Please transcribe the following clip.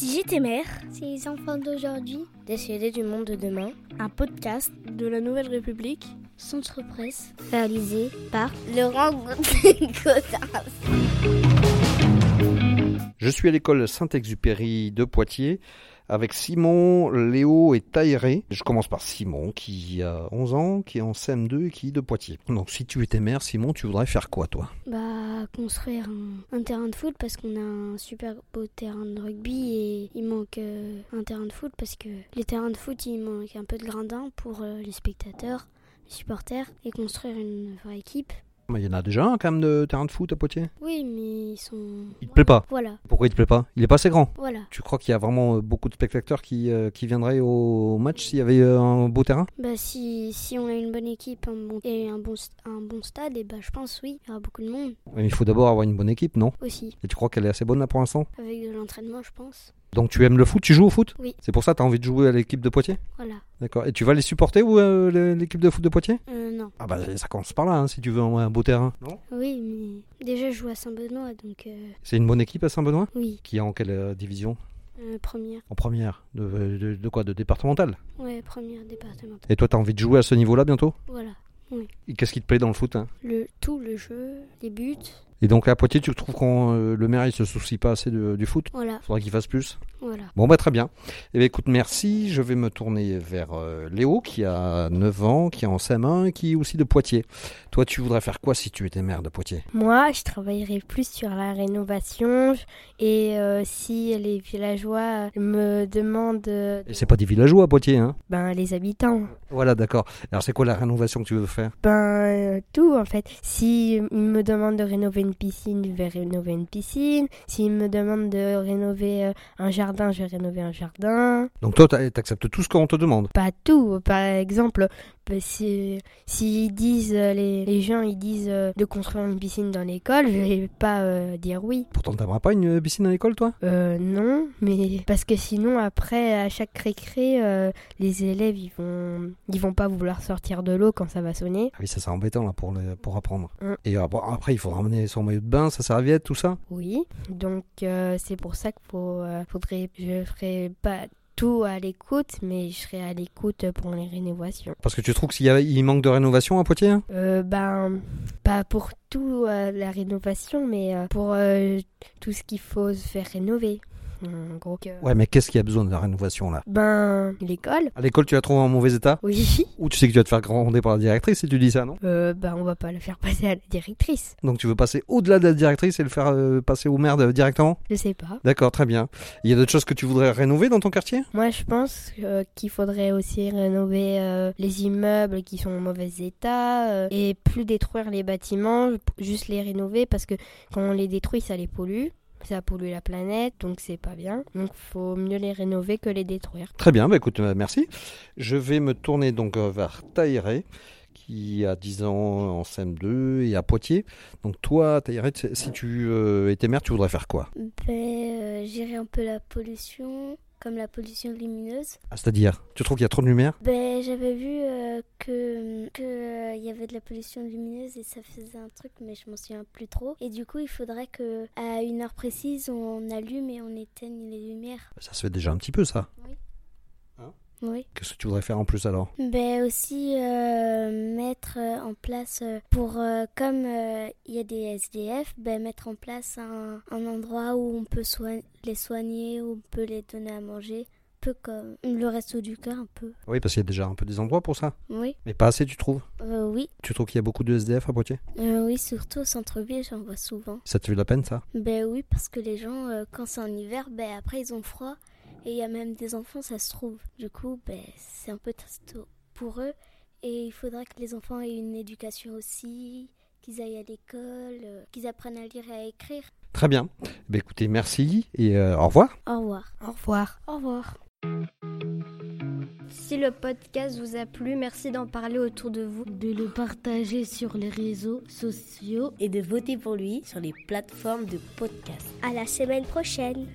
Minute et Mère, C'est les enfants d'aujourd'hui, Décédés du monde de demain, un podcast de la Nouvelle République, Centre Presse, réalisé par Laurent Gaudin. Je suis à l'école Saint-Exupéry de Poitiers avec Simon, Léo et Taïré. Je commence par Simon qui a 11 ans, qui est en CM2 et qui est de Poitiers. Donc si tu étais maire, Simon, tu voudrais faire quoi toi bah, construire un, un terrain de foot parce qu'on a un super beau terrain de rugby et il manque euh, un terrain de foot parce que les terrains de foot, il manque un peu de gradin pour euh, les spectateurs, les supporters et construire une vraie équipe. Mais Il y en a déjà un quand même de terrain de foot à Poitiers. Oui, mais ils sont. Il te plaît pas Voilà, Pourquoi il te plaît pas Il est pas assez grand. voilà. Tu crois qu'il y a vraiment euh, beaucoup de spectateurs qui, euh, qui viendraient au match s'il y avait euh, un beau terrain Bah, si, si on a une bonne équipe un bon, et un bon, st- un bon stade, et bah, je pense, oui, il y aura beaucoup de monde Mais Il faut d'abord avoir une bonne équipe, non aussi. Et tu crois qu'elle est assez bonne là pour l'instant Avec de l'entraînement, je pense. Donc tu aimes le foot Tu joues au foot Oui. C'est pour ça que tu as envie de jouer à l'équipe de Poitiers Voilà. D'accord. Et tu vas les supporter ou euh, le- l'équipe de foot de Poitiers Euh, non. Ah bah ça commence par là, hein, si tu veux un, un beau terrain. Non Oui, mais déjà je joue à Saint-Benoît, donc euh, C'est une bonne équipe à Saint-Benoît oui, Qui est en quelle euh, division euh, première, En première de, de- de quoi De départementale ouais, première départementale. Et toi t'as envie de jouer à ce niveau-là bientôt Voilà, Et qu'est-ce qui te plaît dans le foot hein le tout le jeu, les buts, Et donc à Poitiers tu trouves qu'on euh, le maire il se soucie pas assez de- du foot voilà, Faudrait qu'il fasse plus voilà. Bon bah très bien. Eh bien écoute, merci. Je vais me tourner vers euh, Léo qui a 9 ans, qui est en CM1 et qui est aussi de Poitiers. Toi tu voudrais faire quoi si tu étais maire de Poitiers Moi, je travaillerai plus sur la rénovation et euh, si les villageois me demandent, euh, Et c'est pas des villageois à Poitiers, hein ben les habitants, Voilà, d'accord. Alors c'est quoi la rénovation que tu veux faire ben euh, tout en fait. Si ils me demandent de rénover une piscine, je vais rénover une piscine. S'ils me demandent de rénover euh, un jardin, je vais rénover un jardin. Donc toi, t'a- t'acceptes tout ce qu'on te demande. Pas tout. Par exemple, ben, si s'ils disent euh, les, les gens, ils disent euh, de construire une piscine dans l'école, je vais pas euh, dire oui. Pourtant, t'aimerais pas une piscine à l'école, toi Euh, non, mais parce que sinon après à chaque récré, euh, les élèves ils vont ils vont pas vouloir sortir de l'eau quand ça va sonner. Ah oui, ça c'est embêtant là pour, les- pour apprendre. Hum. Et euh, bon, après, il faut ramener son maillot de bain, sa serviette, tout ça. Oui, donc euh, c'est pour ça que faut euh, faudrait je ferai pas tout à l'écoute, mais je serai à l'écoute pour les rénovations. Parce que tu trouves qu'il y a- il manque de rénovation à Poitiers hein Euh, ben pas pour tout euh, la rénovation, mais euh, pour euh, tout ce qu'il faut se faire rénover. En gros que- Ouais, mais qu'est-ce qu'il y a besoin de la rénovation là ben l'école. À l'école, tu la trouves en mauvais état Oui, Ou tu sais que tu vas te faire gronder par la directrice si tu dis ça, non euh, ben on va pas le faire passer à la directrice. Donc tu veux passer au-delà de la directrice et le faire euh, passer au maire de- directement Je sais pas. D'accord, très bien. Il y a d'autres choses que tu voudrais rénover dans ton quartier Moi, je pense euh, qu'il faudrait aussi rénover euh, les immeubles qui sont en mauvais état euh, et plus détruire les bâtiments, juste les rénover parce que quand on les détruit, ça les pollue. Ça pollue la planète, donc c'est pas bien. Donc faut mieux les rénover que les détruire. Très bien, bah écoute, euh, merci. Je vais me tourner donc euh, vers Taïré, qui a 10 ans en CM2 et à Poitiers. Donc toi, Taïré, t- si tu euh, étais maire, tu voudrais faire quoi Ben, euh, gérer un peu la pollution, comme la pollution lumineuse. Ah, C'est-à-dire, tu trouves qu'il y a trop de lumière Ben, j'avais vu euh, que que, euh, il y avait de la pollution lumineuse et ça faisait un truc, mais je m'en souviens plus trop. Et du coup, il faudrait que à une heure précise, on allume et on éteigne les lumières. Ça se fait déjà un petit peu, ça. Oui. Qu'est-ce que tu voudrais faire en plus alors Ben aussi euh, mettre euh, en place euh, pour euh, comme euh, il y a des SDF, ben mettre en place un, un endroit où on peut soign- les soigner, où on peut les donner à manger, un peu comme le resto du cœur un peu. Oui, parce qu'il y a déjà un peu des endroits pour ça. Oui, Mais pas assez, tu trouves Euh, oui, Tu trouves qu'il y a beaucoup de SDF à Poitiers Euh, oui surtout au centre-ville j'en vois souvent. Ça te fait de la peine, ça Ben oui parce que les gens euh, quand c'est en hiver, ben après ils ont froid et il y a même des enfants ça se trouve. Du coup ben c'est un peu testo pour eux et il faudrait que les enfants aient une éducation aussi, qu'ils aillent à l'école, euh, qu'ils apprennent à lire et à écrire. Très bien. Bah écoutez, merci et euh, au revoir. Au revoir. Au revoir. Au revoir. Si le podcast vous a plu, merci d'en parler autour de vous. de le partager sur les réseaux sociaux et de voter pour lui sur les plateformes de podcast. À la semaine prochaine.